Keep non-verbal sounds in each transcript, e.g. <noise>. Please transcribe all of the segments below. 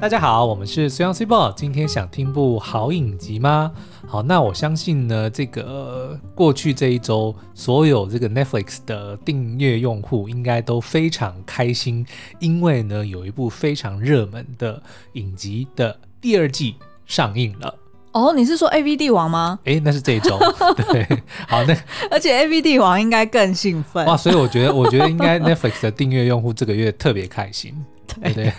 大家好，我们是随阳随报。今天想听部好影集吗？好，那我相信呢，这个、呃过去这一周，所有这个 Netflix 的订阅用户应该都非常开心，因为呢，有一部非常热门的影集的第二季上映了。哦，你是说 A V 帝王吗？诶，那是这一周，对，好，那而且 A V 帝王应该更兴 <laughs> 奋哇，所以我觉得，我觉得应该 Netflix 的订阅用户这个月特别开 <laughs> 心，对不对？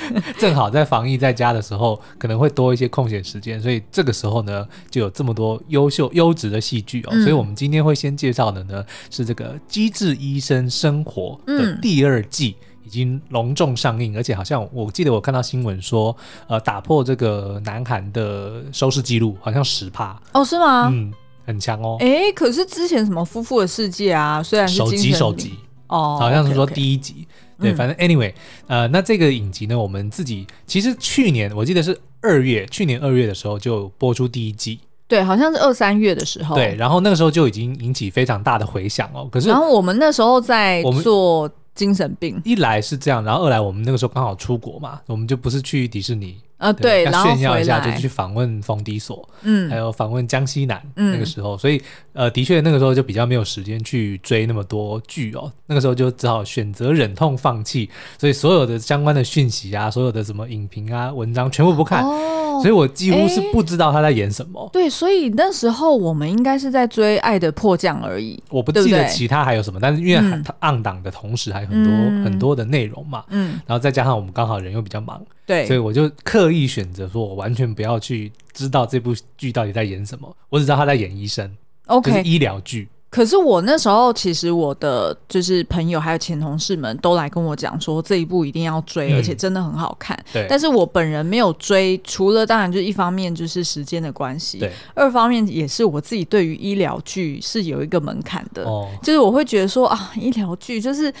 <laughs> 正好在防疫在家的时候，可能会多一些空闲时间，所以这个时候呢，就有这么多优秀优质的戏剧哦。嗯所以我们今天会先介绍的呢，是这个《机智医生生活》的嗯第二季。已经隆重上映，而且好像我记得我看到新闻说，呃，打破这个南韩的收视记录，好像十趴，哦，是吗？嗯，很强哦，哎、可是之前什么《夫妇的世界》啊，虽然是手精机神手病机，哦，好像是说 OK，OK 第一集。对，嗯反正 anyway，呃，那这个影集呢，我们自己其实去年我记得是二月，去年二月的时候就播出第一季，对，好像是二三月的时候。对，，然后那个时候就已经引起非常大的回响哦。可是然后我们那时候在我们做精神病，一来是这样，然后二来我们那个时候刚好出国嘛，我们就不是去迪士尼，呃，对，要然后炫耀回一下，就来去，访问冯迪所，还嗯，有访问江西南嗯那个时候，所以呃，的确那个时候就比较没有时间去追那么多剧哦，那个时候就只好选择忍痛放弃，所以所有的相关的讯息啊，所有的什么影评啊、文章全部不看，哦所以我几乎是诶不知道他在演什么，对，所以那时候我们应该是在追《爱的迫降》而已。我不对不记得对其他还有什么，但是因为嗯它它 on 档的同时还有很多、嗯很多的内容嘛。嗯，然后再加上我们刚好人又比较忙，对，所以我就刻意选择说，我完全不要去知道这部剧到底在演什么，我只知道他在演医生，就 OK，是医疗剧。可是我那时候，其实我的就是朋友还有前同事们都来跟我讲说，这一部一定要追，嗯而且真的很好看。对但是我本人没有追，除了当然就是一方面就是时间的关系对，，二方面也是我自己对于医疗剧是有一个门槛的，哦，就是我会觉得说啊，医疗剧就是。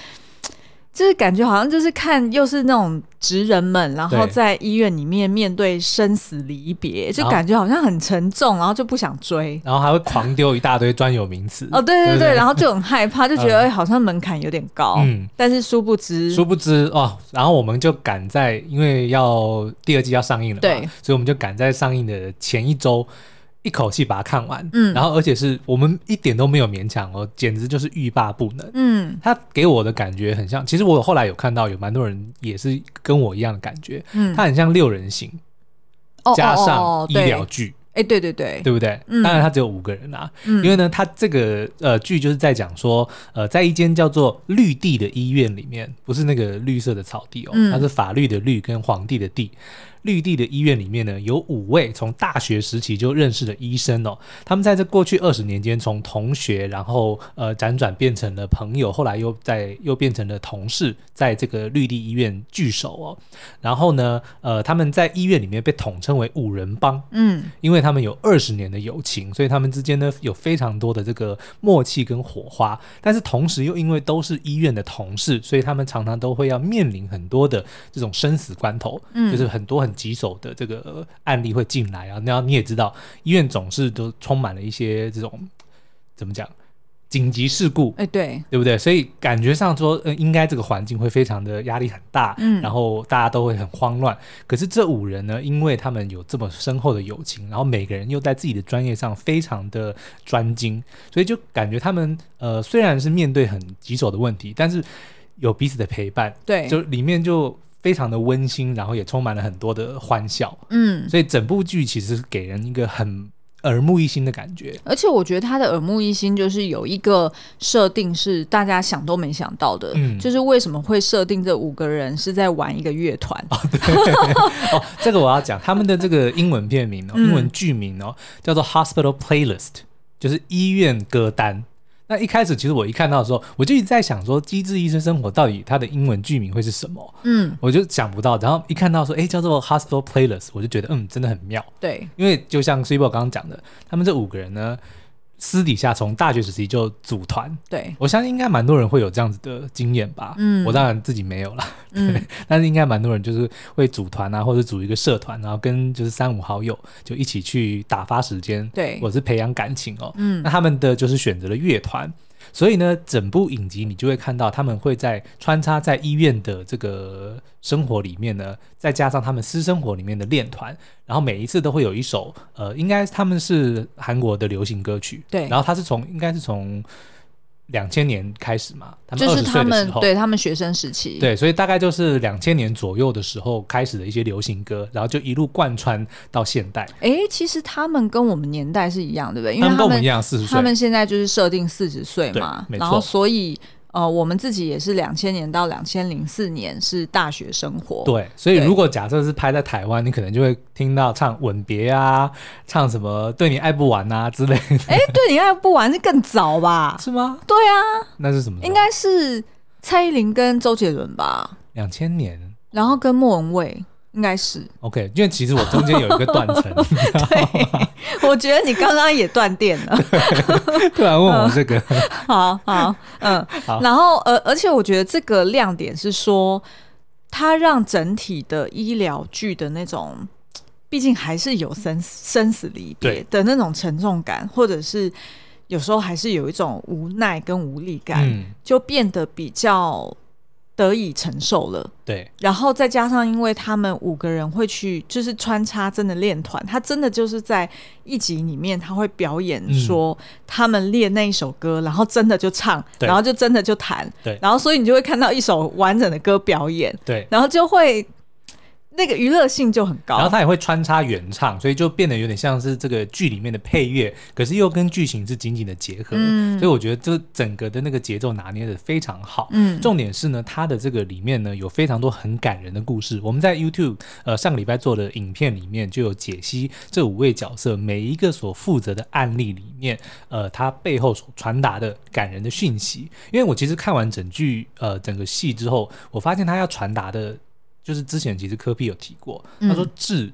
就是感觉好像就是看又是那种职人们，然后对在医院里面面对生死离别，就然后感觉好像很沉重，然后就不想追。然后还会狂丢一大堆专有名词。哦，对对对不对，对然后就很害怕，就觉得、哎好像门槛有点高，嗯但是殊不知，殊不知哦，然后我们就赶在，因为要第二季要上映了嘛，对，所以我们就赶在上映的前一周，一口气把它看完，嗯然后而且是我们一点都没有勉强哦，简直就是欲罢不能。嗯他给我的感觉很像，其实我后来有看到有蛮多人也是跟我一样的感觉，嗯，它很像六人行哦加哦哦上哦医对疗剧，哎，对对对，对不对？嗯当然它只有五个人啦，嗯因为呢，它这个呃剧就是在讲说，呃，在一间叫做绿地的医院里面，不是那个绿色的草地哦，嗯它是法律的绿跟皇帝的帝。绿地的医院里面呢，有五位从大学时期就认识的医生哦，他们在这过去二十年间，从同学，然后呃辗转变成了朋友，后来又在又变成了同事，在这个绿地医院聚首哦。然后呢，呃，他们在医院里面被统称为五人帮。嗯因为他们有二十年的友情，所以他们之间呢有非常多的这个默契跟火花。但是同时又因为都是医院的同事，所以他们常常都会要面临很多的这种生死关头，嗯就是很多很棘手的这个呃案例会进来啊。那你也知道，医院总是都充满了一些这种怎么讲紧急事故，哎对，对不对？所以感觉上说，呃，应该这个环境会非常的压力很大，嗯然后大家都会很慌乱。可是这五人呢，因为他们有这么深厚的友情，然后每个人又在自己的专业上非常的专精，所以就感觉他们呃，虽然是面对很棘手的问题，但是有彼此的陪伴，对，就里面就非常的温馨，然后也充满了很多的欢笑。嗯，所以整部剧其实是给人一个很耳目一新的感觉。而且我觉得他的耳目一新，就是有一个设定是大家想都没想到的，嗯就是为什么会设定这五个人是在玩一个乐团？哦，这个我要讲，他们的这个英文片名哦，嗯英文剧名哦，叫做 Hospital Playlist，就是医院歌单。那一开始其实我一看到的时候，我就一直在想说，《机智医生生活》到底它的英文剧名会是什么？嗯，我就想不到。然后一看到说，诶，叫做 Hospital Playlist，我就觉得，嗯，真的很妙。对，因为就像 s i b o 刚刚讲的，他们这五个人呢，私底下从大学时期就组团， <laughs> 对，我相信应该蛮多人会有这样子的经验吧。嗯我当然自己没有啦。嗯， <laughs> 但是应该蛮多人就是会组团啊，或者组一个社团，然后跟就是三五好友就一起去打发时间，对或，者是培养感情哦。嗯那他们的就是选择了乐团，所以呢，整部影集你就会看到他们会在穿插在医院的这个生活里面呢，再加上他们私生活里面的练团，然后每一次都会有一首呃，应该他们是韩国的流行歌曲，对然后它是从应该是从两千年开始嘛，他们就二是十他岁的时们候，对他们学生时期，对，所以大概就是两千年左右的时候开始的一些流行歌，然后就一路贯穿到现代。哎，其实他们跟我们年代是一样，对不对？因他为们跟他我们们一样四十岁他，们现在就是设定四十岁嘛对，没错然后所以呃，我们自己也是两千年到两千零四年是大学生活，对，所以对如果假设是拍在台湾，你可能就会听到唱《吻别》啊，唱什么“对你爱不完”啊之类的，哎，对你爱不完是更早吧？是吗？ <laughs> 对啊，那是什么时候？应该是蔡依林跟周杰伦吧，两千年。然后跟莫文蔚。应该是， OK，因为其实我中间有一个断 <laughs> 层，我觉得你刚刚也断电了，突然问我 <laughs> 这个，哦 <laughs> 好好，嗯，好然后呃，而且我觉得这个亮点是说，它让整体的医疗剧的那种，毕竟还是有生死生死离别嗯对的那种沉重感，或者是有时候还是有一种无奈跟无力感，嗯，就变得比较得以承受了。对，然后再加上，因为他们五个人会去，就是穿插真的练团，他真的就是在一集里面，他会表演说他们练那一首歌，然后真的就唱，嗯对然后就真的就弹，对然后所以你就会看到一首完整的歌表演，对。然后就会那个娱乐性就很然后高，它也会穿插原唱，所以就变得有点像是这个剧里面的配乐，可是又跟剧情是紧紧的结合，嗯所以我觉得这整个的那个节奏拿捏的非常好。嗯，重点是呢，它的这个里面呢有非常多很感人的故事。我们在 YouTube 呃上个礼拜做的影片里面就有解析这五位角色每一个所负责的案例里面，呃，它背后所传达的感人的讯息。因为我其实看完整剧呃整个戏之后，我发现他要传达的，就是之前其实科比有提过，嗯他说治、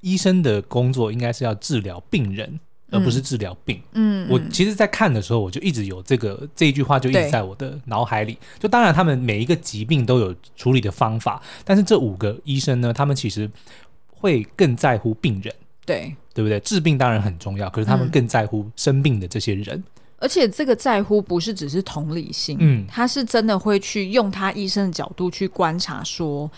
医生的工作应该是要治疗病人，而不是治疗病。嗯，我嗯其实，在看的时候，我就一直有这个这一句话，就一直对在我的脑海里。就当然，他们每一个疾病都有处理的方法，但是这五个医生呢，他们其实会更在乎病人，对，对不对？治病当然很重要，可是他们嗯更在乎生病的这些人。而且这个在乎不是只是同理心，嗯他是真的会去用他医生的角度去观察说。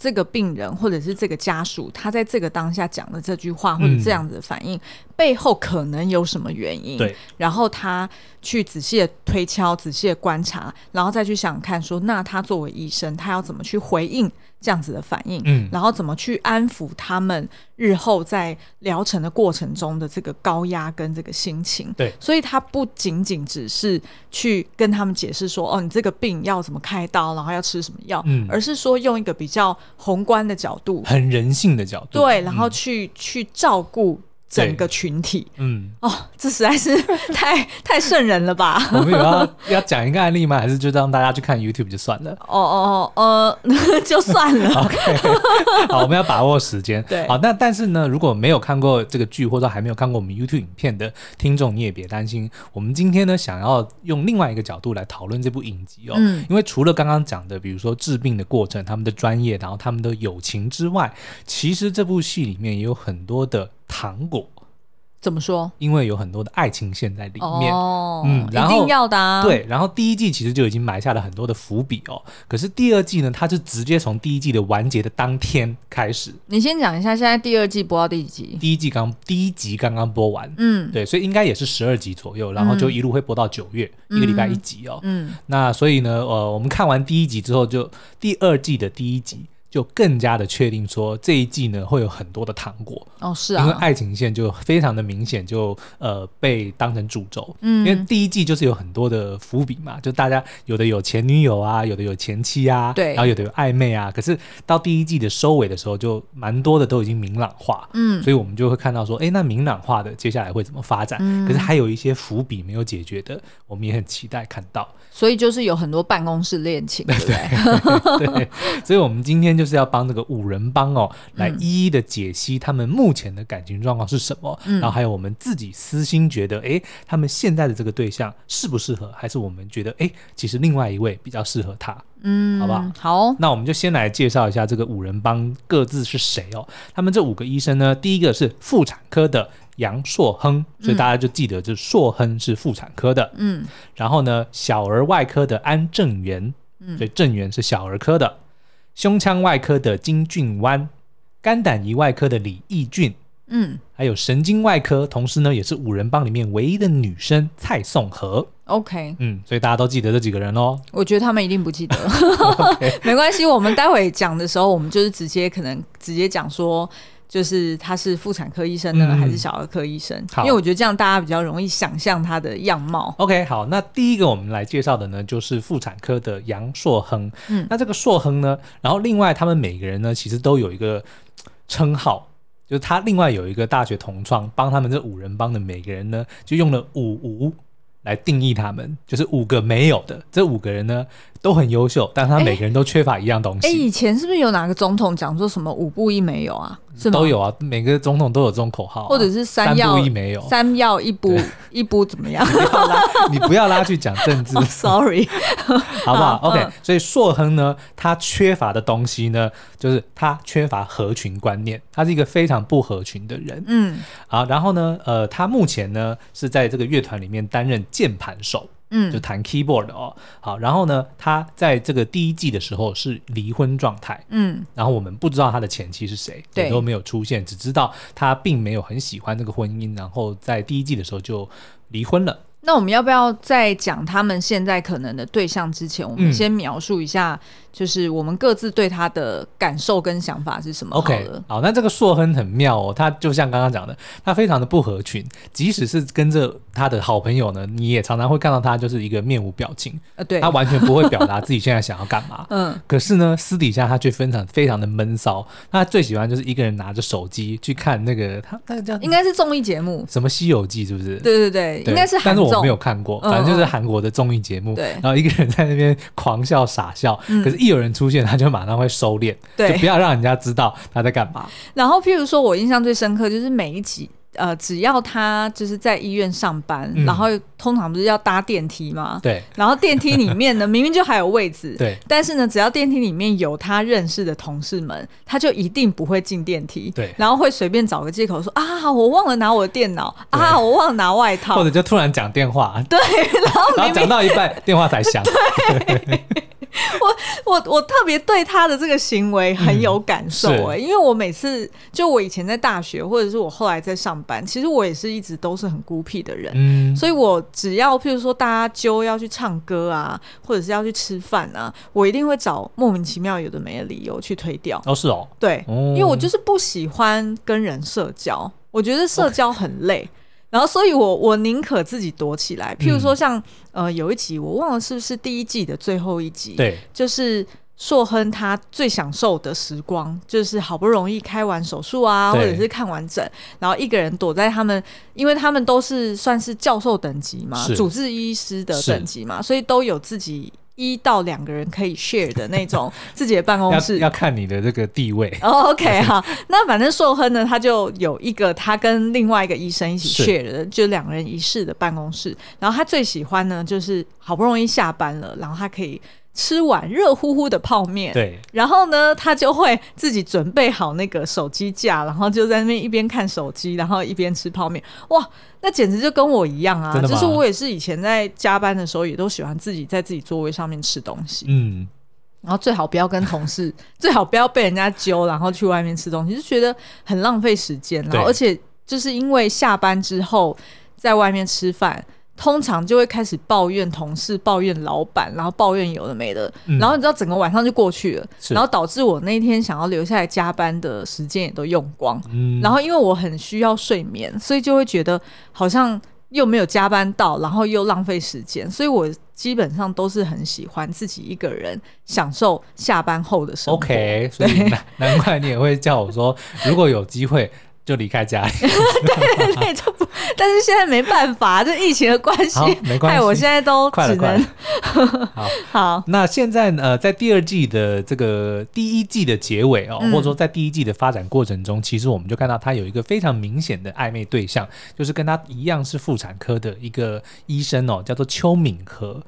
这个病人或者是这个家属，他在这个当下讲的这句话或者嗯这样子的反应、背后可能有什么原因？对，然后他去仔细的推敲、仔细的观察，然后再去想看说，那他作为医生，他要怎么去回应这样子的反应？嗯然后怎么去安抚他们日后在疗程的过程中的这个高压跟这个心情。对所以他不仅仅只是去跟他们解释说，哦，你这个病要怎么开刀，然后要吃什么药，嗯而是说用一个比较宏观的角度，很人性的角度。对，然后去、去照顾整对个群体。嗯， <laughs> 哦，这实在是太太瘆人了吧！我们有要要讲一个案例吗？还是就让大家去看 YouTube 就算了？哦哦哦，呃， <laughs> 就算了。 <laughs> 好，我们要把握时间。对好，那但是呢，如果没有看过这个剧，或者还没有看过我们 YouTube 影片的听众，你也别担心。我们今天呢，想要用另外一个角度来讨论这部影集哦。嗯因为除了刚刚讲的，比如说治病的过程、他们的专业，然后他们的友情之外，其实这部戏里面也有很多的糖果，怎么说？因为有很多的爱情线在里面。哦，嗯然一后定要的、啊。，对，然后第一季其实就已经埋下了很多的伏笔哦。可是第二季呢，它是直接从第一季的完结的当天开始，你先讲一下，现在第二季播到第几集？第一季刚第一集刚刚播完，嗯对，所以应该也是十二集左右，然后就一路会播到九月，一个礼拜一集哦。嗯，那所以呢，呃，我们看完第一集之后就，第二季的第一集就更加的确定说，这一季呢会有很多的糖果，哦，是因为啊，爱情线就非常的明显就，呃被当成主轴。因为嗯，第一季就是有很多的伏笔嘛，就大家有的有前女友啊，有的有前妻啊，对然后有的有暧昧啊。可是到第一季的收尾的时候，就蛮多的都已经明朗化，嗯，所以我们就会看到说，哎诶，那明朗化的接下来会怎么发展？嗯可是还有一些伏笔没有解决的，我们也很期 <laughs> 待看到。所以就是有很多办公室恋情，对不对？对，所以我们今天就是要帮这个五人帮哦，来嗯一一的解析他们目前的感情状况是什么，嗯然后还有我们自己私心觉得，哎，他们现在的这个对象适不适合，还是我们觉得，哎，其实另外一位比较适合他。<laughs> 嗯，好不好？好，那我们就先来介绍一下这个五人帮各自是谁哦。他们这五个医生呢，第一个是妇产科的杨硕亨，所以大家就记得就是硕亨是妇产科的。嗯，然后呢，小儿外科的安正元，嗯所以正元是小儿科的；胸腔外科的金俊湾，肝胆胰外科的李义俊，嗯还有神经外科，同时呢也是五人帮里面唯一的女生蔡颂和。 ，OK，嗯，所以大家都记得这几个人哦喽。我觉得他们一定不记得， <laughs> 没关系，我们待会讲的时候，我们就是直接可能直接讲说。就是他是妇产科医生呢，嗯还是小儿科医生？好因为我觉得这样大家比较容易想象他的样貌。 OK，好，那第一个我们来介绍的呢，就是妇产科的杨硕亨。嗯那这个硕亨呢，然后另外他们每个人呢，其实都有一个称号，就是他另外有一个大学同窗，帮他们这五人帮的每个人呢，就用了五无来定义他们，就是五个没有的这五个人呢都很优秀，但他每个人都缺乏一样东哎、西，以前是不是有哪个总统讲说什么五步一没有啊？是吗？都有啊，每个总统都有这种口号啊、或者是三要不一没有。三要一补一补怎么 <laughs> 样 <laughs> 你不要拉，你不要拉去讲政治。 ？Sorry，好不好好？OK，、嗯所以硕亨呢，他缺乏的东西呢，就是他缺乏合群观念，他是一个非常不合群的人嗯啊。然后呢，呃，他目前呢是在这个乐团里面担任键盘手，就嗯弹 keyboard 的哦。好，然后呢，他在这个第一季的时候是离婚状态。嗯然后我们不知道他的前妻是谁，对也都没有出现，只知道他并没有很喜欢这个婚姻，然后在第一季的时候就离婚了。那我们要不要在讲他们现在可能的对象之前，我嗯们先描述一下，就是我们各自对他的感受跟想法是什么好 OK，了？好，那这个硕亨很妙哦，他就像刚刚讲的，他非常的不合群，即使是跟着他的好朋友呢，你也常常会看到他就是一个面无表情，呃，对。他，完全不会表达自己现在想要干嘛 <laughs> 嗯可是呢，私底下他却非常非常的闷骚，他最喜欢就是一个人拿着手机去看那个他那个叫应该是综艺节目，什么《西游记》是不是？对对对，对应该是韩但是我综没，有看过，嗯反正就是嗯韩国的综艺节目。对然后一个人在那边狂笑傻笑，可是一有人出现，他就马上会收敛，对就不要让人家知道他在干嘛。然后，譬如说，我印象最深刻就是每一集，呃，只要他就是在医院上班，嗯然后通常不是要搭电梯吗？对，然后电梯里面 <laughs> 呢，明明就还有位置，对但是呢，只要电梯里面有他认识的同事们，他就一定不会进电梯，对然后会随便找个借口说啊，我忘了拿我的电脑 <laughs> 对啊，我忘了拿外或套者，就突然讲电话，对，<laughs> 然后然明后讲明到一 <laughs> 半电话才响。我我特别对他的这个行为很有感受嗯是哎、因为我每次就我以前在大学，或者是我后来在上班，其实我也是一直都是很孤僻的人，嗯，所以我只要譬如说大家揪要去唱歌啊，或者是要去吃饭啊，我一定会找莫名其妙有的没的理由去推掉。哦是哦，对，哦因为我就是不喜欢跟人社交，我觉得社交很累。然后，所以我我宁可自己躲起来。譬如嗯说像，呃，有一集我忘了是不是第一季的最后一集，哦对，就是硕亨他最享受的时光，就是好不容易开完手术啊，或对者是看完诊，然后一个人躲在他们，因为他们都是算是教授等级嘛，是主治医师的等级嘛，所以都有自己一到两个人可以 share 的那种自己的办公要室。要看你的这个地位。 <laughs> 哦 OK 好，那反正硕亨呢，他就有一个他跟另外一个医生一起是 share 的，就两人一室的办公室。然后他最喜欢呢，就是好不容易下班了，然后他可以吃碗热乎乎的泡面，对，然后呢，他就会自己准备好那个手机架，然后就在那边一边看手机，然后一边吃泡面。哇，那简直就跟我一样啊！真的就吗是我也是以前在加班的时候，也都喜欢自己在自己座位上面吃东西，嗯，然后最好不要跟同事， <laughs> 最好不要被人家揪，然后去外面吃东西，就觉得很浪费时间。然后对而且就是因为下班之后在外面吃饭。通常就会开始抱怨同事、抱怨老板，然后抱怨有的没的，嗯然后你知道整个晚上就过去了。是然后导致我那天想要留下来加班的时间也都用光。嗯然后因为我很需要睡眠，所以就会觉得好像又没有加班到，然后又浪费时间，所以我基本上都是很喜欢自己一个人享受下班后的生活。 OK，所以难难怪你也会叫我说，如果有机会。就离开 <laughs> 家里。对对， <laughs> 就不，但是现在没办法，这疫情的关系好，没 <laughs> 关系害我现在都快只了，快了能。好，好，那现在呢呃，在第二季的这个第一季的结尾哦，嗯或者说在第一季的发展过程中，其实我们就看到他有一个非常明显的暧昧对象，就是跟他一样是妇产科的一个医生哦，叫做邱敏和。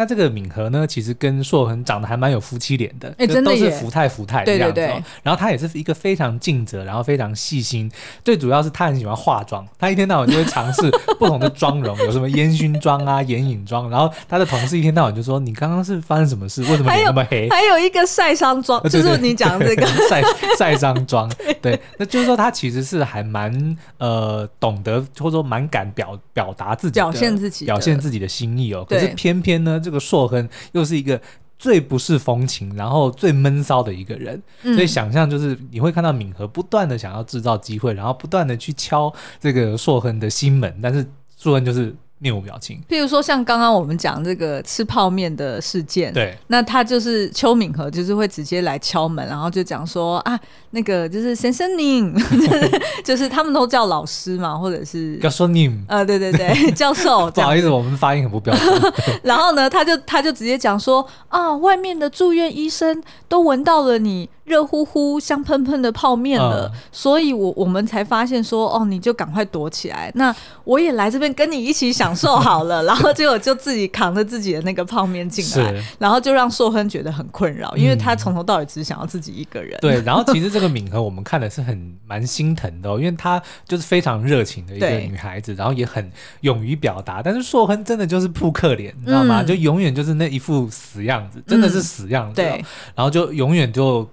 那这个敏和呢，其实跟硕恒长得还蛮有夫妻脸的，哎就真的都是耶福太福太的对对样子、哦。对然后他也是一个非常尽责，然后非常细心，最主要是他很喜欢化妆，他一天到晚就会尝试 <laughs> 不同的妆容，有什么烟熏妆啊、眼影妆。然后他的同事一天到晚就说：“你刚刚是发生什么事？为什么还脸有那么黑？”还有一个晒伤妆，呃就对是对你 <laughs> 讲这个，晒晒伤妆，对，那就是说他其实是还蛮呃懂得或者说蛮敢表表达自己的表现自己的表现自己的心意哦。可对是偏偏呢，这个硕亨又是一个最不是风情，然后最闷骚的一个人，所以嗯，想象就是你会看到敏和不断的想要制造机会，然后不断的去敲这个硕亨的心门，但是硕亨就是面无表情。譬如说像刚刚我们讲这个吃泡面的事件，对，那他就是邱敏和，就是会直接来敲门，然后就讲说啊，那个就是先生您， <laughs> 就是就是他们都叫老师嘛，或者是要说你们呃，对对 <laughs> 对，教授不这样好。意思，我们发音很不标准。然后呢，他就他就直接讲说啊，外面的住院医生都闻到了你热乎乎、香喷喷的泡面了，嗯所以我我们才发现说，哦，你就赶快躲起来。那我也来这边跟你一起享受好了。 <laughs> 然后结果就自己扛着自己的那个泡面 <laughs> 进来，是然后就让硕亨觉得很困扰，因为嗯他从头到尾只想要自己一个人。对，然后其实这个敏和我们看的是很蛮心疼的、哦，因为她就是非常热情的一个对女孩子，然后也很勇于表达。但是硕亨真的就是扑克脸，你知道吗？嗯就永远就是那一副死样子，真的是死样子、哦对，然后就永远就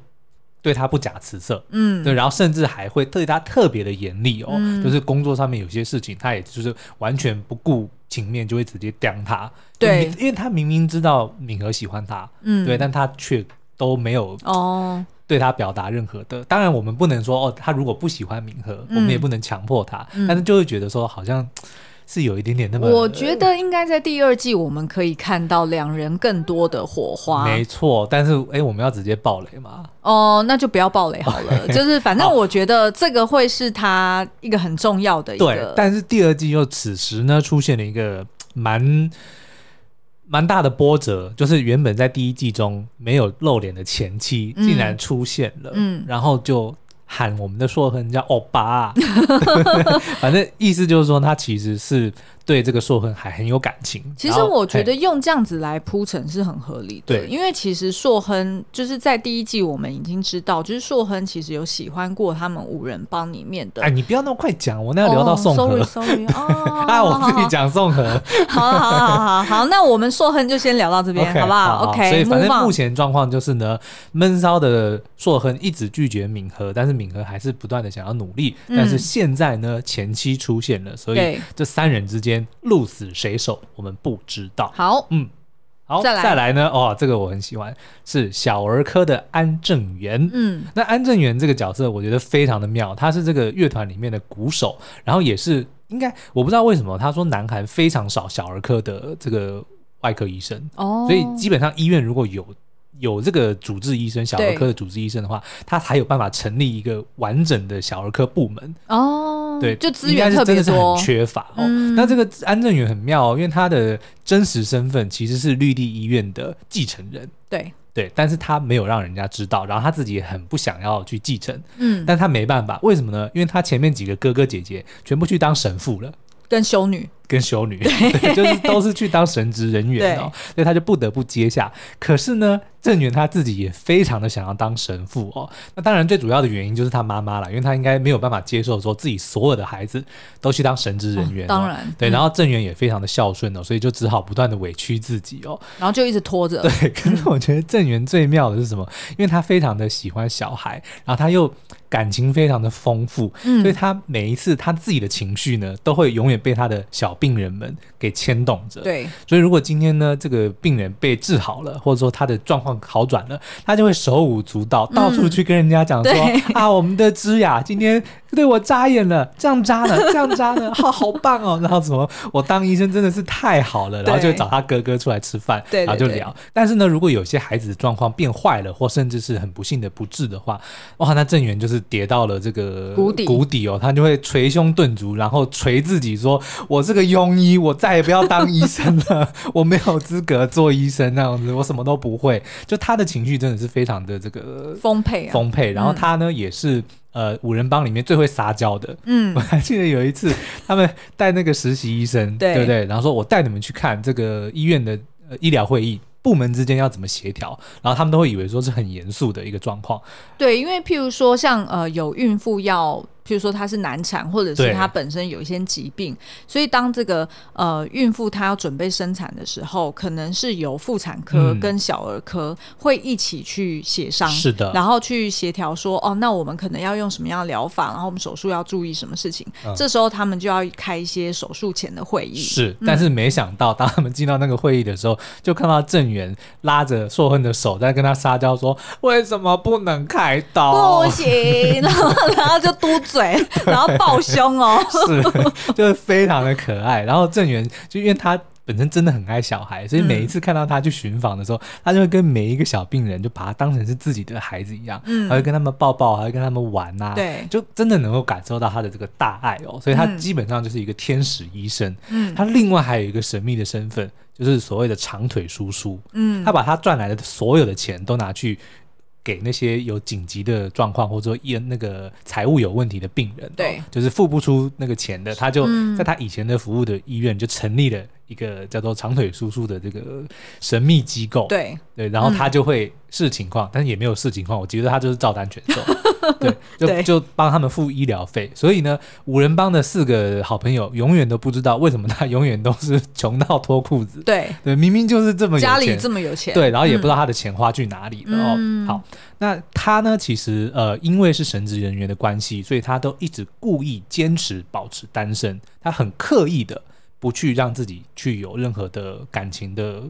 对她不假辞色。嗯，对，然后甚至还会对他特别的严厉哦，嗯就是工作上面有些事情，他也就是完全不顾情面，就会直接刁他。对就明因为他明明知道敏和喜欢他，嗯对，但他却都没有哦，对他表达任何的。当然，我们不能说哦，他如果不喜欢敏和，我们嗯也不能强迫他，嗯但是就会觉得说好像是有一点点那么，我觉得应该在第二季我们可以看到两人更多的火花。没错。但是哎，我们要直接爆雷嘛？哦，那就不要暴雷好 <laughs> 了。就是反正我觉得这个会是他一个很重要的一对个，，但是第二季又此时呢出现了一个呃蛮蛮大的波折，就是原本在第一季中没有露脸的前妻，嗯竟然出现了，嗯然后就。喊我们的硕亨叫欧巴、啊 <laughs> 反正意思就是说，他其实是对这个硕亨还很有感情。其然实后我觉得嘿用这样子来铺陈是很合理的，对因为其实硕亨就是在第一季我们已经知道，就是硕亨其实有喜欢过他们五人帮里面的。哎，你不要那么快讲，我那要聊到宋哦和、 ，sorry，sorry，哦 <laughs> ，啊，我自己讲宋和，好。好好好好好好，那我们硕亨就先聊到这边 OK，好不好所以？OK，反正 move on 目前状况就是呢，闷骚的硕亨一直拒绝敏和，但是敏和还是不断的想要努力。嗯但是现在呢，前妻出现了，所以对，这三人之间鹿死谁手，我们不知道。好，嗯，好，再来呢？哦，这个我很喜欢，是小儿科的安正元。嗯那安正元这个角色，我觉得非常的妙，他是这个乐团里面的鼓手，然后也是应该我不知道为什么他说南韩非常少小儿科的这个外科医生，哦，所以基本上医院如果有有这个主治医生、小儿科的主治医生的话，他才有办法成立一个完整的小儿科部门。哦，对，就资应该源是特真的别是多很，缺乏哦。嗯那这个安正元很妙、哦，因为他的真实身份其实是绿地医院的继承人。对，对，但是他没有让人家知道，然后他自己也很不想要去继承，嗯，但他没办法，为什么呢？因为他前面几个哥哥姐姐全部去当神父了。跟修女，跟修女， <laughs> 对，就是都是去当神职人员哦，所以他就不得不接下。可是呢，郑源他自己也非常的想要当神父哦。那当然，最主要的原因就是他妈妈啦，因为他应该没有办法接受说自己所有的孩子都去当神职人员、哦当然对。嗯然后郑源也非常的孝顺哦，所以就只好不断的委屈自己哦。 <laughs> 然后就一直拖着，对，可是我觉得郑源最妙的是什么？因为他非常的喜欢小孩，然后他又感情非常的丰富，嗯所以他每一次他自己的情绪呢，都会永远被他的小病人们给牵动着。对，所以如果今天呢，这个病人被治好了，或者说他的状况好转了，他就会手舞足蹈，到处去跟人家讲说、嗯对啊，我们的芝雅今天对我扎眼了，这样扎了，这样扎了，好好棒哦。然后什么，我当医生真的是太好了，然后就对找他哥哥出来吃饭，对对然后就对聊。但是呢，如果有些孩子的状况变坏了，或甚至是很不幸的不治的话，哇，那郑源就是跌到了这个谷底谷底哦，他就会捶胸顿足，然后捶自己说：“我是个庸医，我再也不要当医生了， <laughs> 我没有资格做医生那样子，我什么都不会。”就他的情绪真的是非常的这个丰沛啊，丰沛，然后他呢、也是。呃，五人帮里面最会撒娇的， <laughs> 嗯我，还记得有一次，他们带那个实习医生，对不对？然后说我带你们去看这个医院的、呃、医疗会议，部门之间要怎么协调，然后他们都会以为说是很严肃的一个状况，对，因为譬如说像呃有孕妇要，譬如说她是难产，或者对是她本身有一些疾病，所以当这个呃孕妇她要准备生产的时候，可能是由妇产科嗯跟小儿科会一起去协商。是的，然后去协调说，哦，那我们可能要用什么样的疗法，然后我们手术要注意什么事情。嗯这时候他们就要开一些手术前的会议。嗯是，但是没想到，当他们进到那个会议的时候，就看到郑源拉着硕亨的手在跟他撒娇说：“为什么不能开刀 <laughs> 不？”行，然后然后就嘟嘴，然后抱胸哦。 <laughs> 是，就是非常的可爱。然后郑源就因为他。本身真的很爱小孩，所以每一次看到他去巡访的时候，他就会跟每一个小病人就把他当成是自己的孩子一样，嗯还会跟他们抱抱，还会跟他们玩啊呐、对就真的能够感受到他的这个大爱哦。所以他嗯基本上就是一个天使医生。嗯他另外还有一个神秘的身份，就是所谓的长腿叔叔。嗯，他把他赚来的所有的钱都拿去给那些有紧急的状况或者说一那个财务有问题的病人、哦对，就是付不出那个钱的，他就嗯在他以前的服务的医院就成立了一个叫做长腿叔叔的这个神秘机构。对，对，然后嗯他就会视情况，但是也没有视情况，我觉得他就是照单全 <laughs> 收，对，对就就帮他们付医疗费。所以呢，五人帮的四个好朋友永远都不知道为什么他永远都是穷到脱裤子，对，对，明明就是这么有家里钱这么有钱，对，然后也不知道他的钱花去哪里了哦。嗯好，那他呢，其实呃，因为是神职人员的关系，所以他都一直故意坚持保持单身，他很刻意的不去让自己去有任何的感情的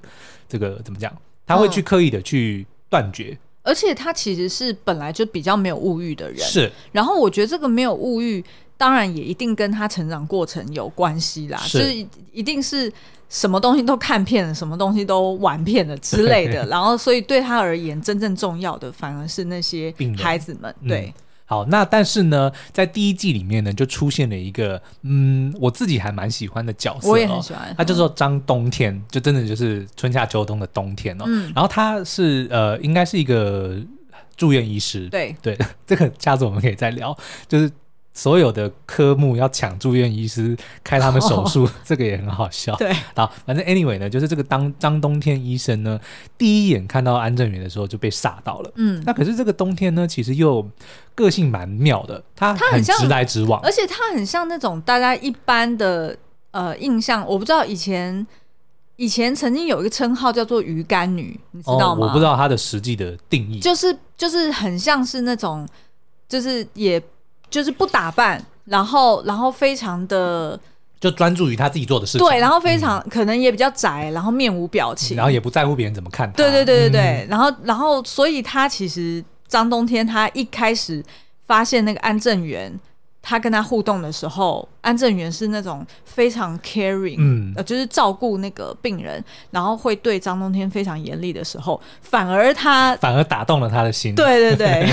这个怎么讲，他会去刻意的去断绝，而且他其实是本来就比较没有物欲的人，是然后我觉得这个没有物欲，当然也一定跟他成长过程有关系啦，是就是一定是什么东西都看遍了，什么东西都玩遍了之类 <laughs> 的。然后，所以对他而言，真正重要的反而是那些病人孩子们。嗯对，好，那但是呢，在第一季里面呢，就出现了一个，嗯，我自己还蛮喜欢的角色、哦，我也很喜欢 <laughs> 他叫做张冬天，就真的就是春夏秋冬的冬天哦。嗯然后他是呃，应该是一个住院医师，嗯对对， <laughs> 这个下次我们可以再聊，就是。所有的科目要抢住院医师开他们手术， <laughs> 这个也很好笑。哦对，好，反正 anyway 呢，就是这个当张冬天医生呢，第一眼看到安正元的时候就被吓到了。嗯。那可是这个冬天呢，其实又个性蛮妙的，他他很像直来直往，而且他很像那种大家一般的呃印象，我不知道以前以前曾经有一个称号叫做鱼干女，你知道哦，吗？我不知道他的实际的定义。就是就是很像是那种，就是也就是不打扮，然后然后非常的就专注于他自己做的事情，对，然后非常、可能也比较宅，然后面无表情，然后也不在乎别人怎么看他。对对对对对，嗯，然后然后所以他其实张冬天他一开始发现那个安正元。他跟他互动的时候，安正元是那种非常 caring，、嗯呃，就是照顾那个病人，然后会对张冬天非常严厉的时候，反而他，反而打动了他的心。，对对 <laughs> 对，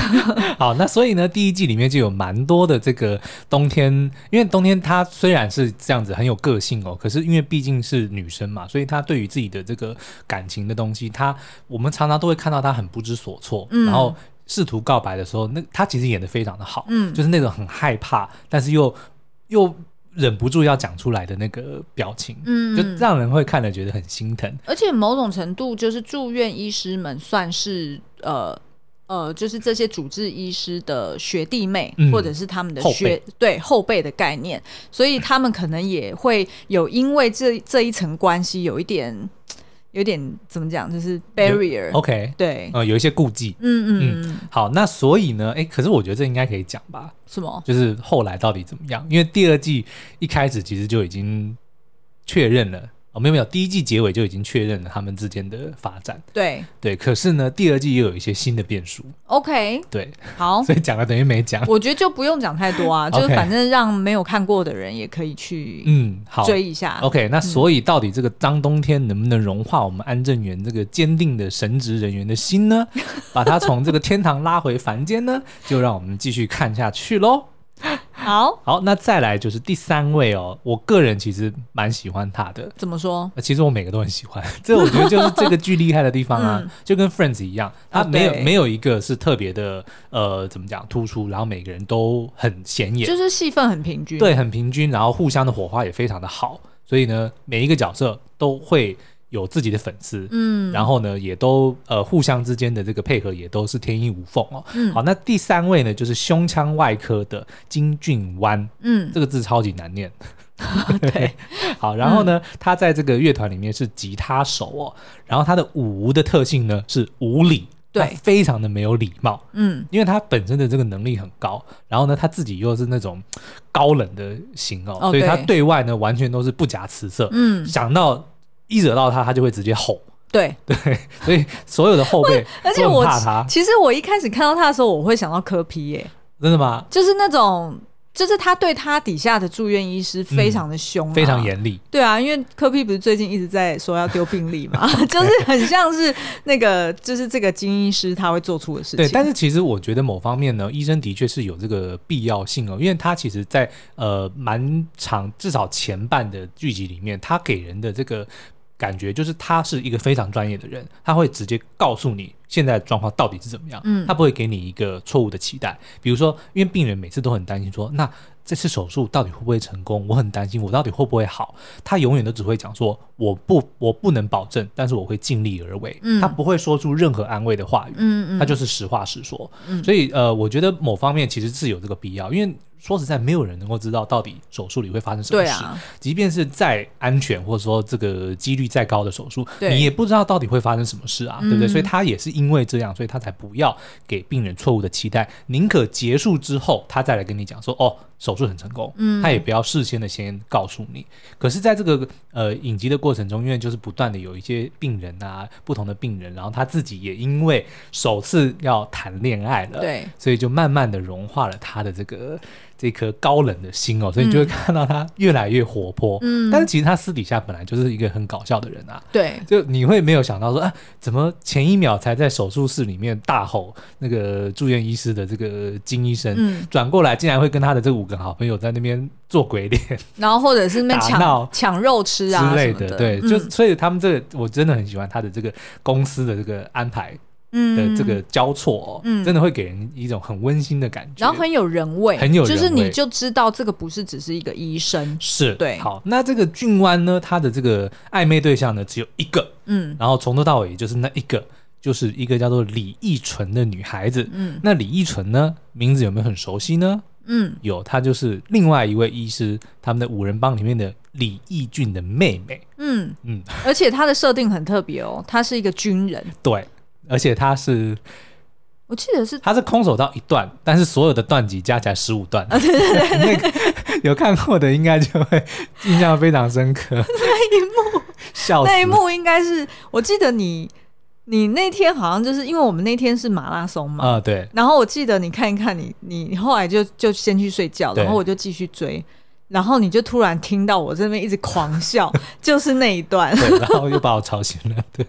好，那所以呢，第一季里面就有蛮多的这个冬天，因为冬天她虽然是这样子很有个性哦，可是因为毕竟是女生嘛，所以她对于自己的这个感情的东西，她我们常常都会看到她很不知所措，嗯然后试图告白的时候，那她其实演的非常的好，嗯就是那种很害怕，但是又又忍不住要讲出来的那个表情，嗯就让人会看了觉得很心疼。而且某种程度，就是住院医师们算是呃呃，就是这些主治医师的学弟妹，嗯或者是他们的后学对后辈的概念，所以他们可能也会有因为这这一层关系有一点有点怎么讲，就是 barrier，、 OK，对，呃，有一些顾忌。嗯嗯嗯，好，那所以呢，诶，可是我觉得这应该可以讲吧，什么？就是后来到底怎么样？因为第二季一开始其实就已经确认了。哦，没有没有，第一季结尾就已经确认了他们之间的发展，对对。可是呢，第二季又有一些新的变数， ，OK，对， <laughs> 好，所以讲了等于没讲。我觉得就不用讲太 <laughs> 多啊，就是 OK 反正让没有看过的人也可以去嗯，好，追啊一下。 OK，那所以到底这个张冬天能不能融化我们安正元这个坚定的神职人员的心呢？把他从这个天堂拉回凡间呢？就让我们继续看下去喽。好，好，那再来就是第三位哦，我个人其实蛮喜欢他的。怎么说？呃其实我每个都很喜欢， <laughs> 这我觉得就是这个剧厉害的地方啊， <laughs> 嗯就跟 Friends 一样，它啊没有、对没有一个是特别的呃怎么讲突出，然后每个人都很显眼，就是戏份很平均。啊对，很平均，然后互相的火花也非常的好，所以呢，每一个角色都会有自己的粉丝，嗯，然后呢，也都呃互相之间的这个配合也都是天衣无缝哦。嗯好，那第三位呢，就是胸腔外科的金俊湾，嗯，这个字超级难念。 <laughs> 对，嗯好，然后呢，他在这个乐团里面是吉他手哦，然后他的舞的特性呢是无理，对他非常的没有礼貌。嗯，因为他本身的这个能力很高，然后呢，他自己又是那种高冷的型哦，哦所以他对对外呢完全都是不假辞色。嗯想到一惹到他，他就会直接吼，对。所以所有的后辈而且都 <laughs> 我很怕他。其实我一开始看到他的时候，我会想到柯皮耶、真的吗？就是那种，就是他对他底下的住院医师非常的凶、嗯非常。严厉，对啊，因为柯皮不是最近一直在说要丢病历 <laughs> 嘛， <laughs> 就是很像是那个，就是这个金医师他会做出的事情。对。但是其实我觉得某方面呢，医生的确是有这个必要性哦，因为他其实在，呃蛮长，至少前半的剧集里面，他给人的这个感觉就是他是一个非常专业的人，他会直接告诉你现在的状况到底是怎么样，嗯他不会给你一个错误的期待。比如说，因为病人每次都很担心说，那这次手术到底会不会成功？我很担心，我到底会不会好？他永远都只会讲说，我不，我不能保证，但是我会尽力而为。嗯他不会说出任何安慰的话语，嗯嗯，他就是实话实说。嗯所以呃，我觉得某方面其实是有这个必要，因为说实在，没有人能够知道到底手术里会发生什么对事。啊，即便是再安全或者说这个几率再高的手术，对你也不知道到底会发生什么事啊，对不对？嗯所以他也是因为这样，所以他才不要给病人错误的期待，宁可结束之后他再来跟你讲说，哦，手术很成功，嗯他也不要事先的先告诉你。可是，在这个呃影集的过程中，因为就是不断的有一些病人啊，不同的病人，然后他自己也因为首次要谈恋爱了，对，所以就慢慢的融化了他的这个这颗高冷的心哦，所以你就会看到他越来越活泼。嗯但是其实他私底下本来就是一个很搞笑的人啊，对，就你会没有想到说啊，怎么前一秒才在手术室里面大吼那个住院医师的这个金医生。嗯，转过来，竟然会跟他的这五个好朋友在那边做鬼脸然后或者是那边打闹抢抢肉吃 <laughs> 啊之类什么的，对，嗯就所以他们这个我真的很喜欢他的这个公司的这个安排的嗯这个交错、哦，嗯真的会给人一种很温馨的感觉，然后很有人味，很有人味就是你就知道这个不是只是一个医生，是对好，那这个俊湾呢，他的这个暧昧对象呢只有一个，嗯然后从头到尾也就是那一个，就是一个叫做李易纯的女孩子。嗯那李易纯呢，名字有没有很熟悉呢？嗯，有，她就是另外一位医师，他们的五人帮里面的李易俊的妹妹。嗯嗯嗯，而且他的设定很特别哦，他是一个军人，对，而且她是我记得是她是空手道一段，但是所有的段级加起来十五段。<laughs> 哦那个有看过的应该就会印象非常深 <laughs> 刻。那一幕， <laughs> 笑死那一幕，应该是我记得你你那天好像就是因为我们那天是马拉松嘛，啊、对。然后我记得你看一看你你你后来就就先去睡觉，对然后我就继续追。然后你就突然听到我这边一直狂笑， <laughs> 就是那一段。对，然后又把我吵醒了。对，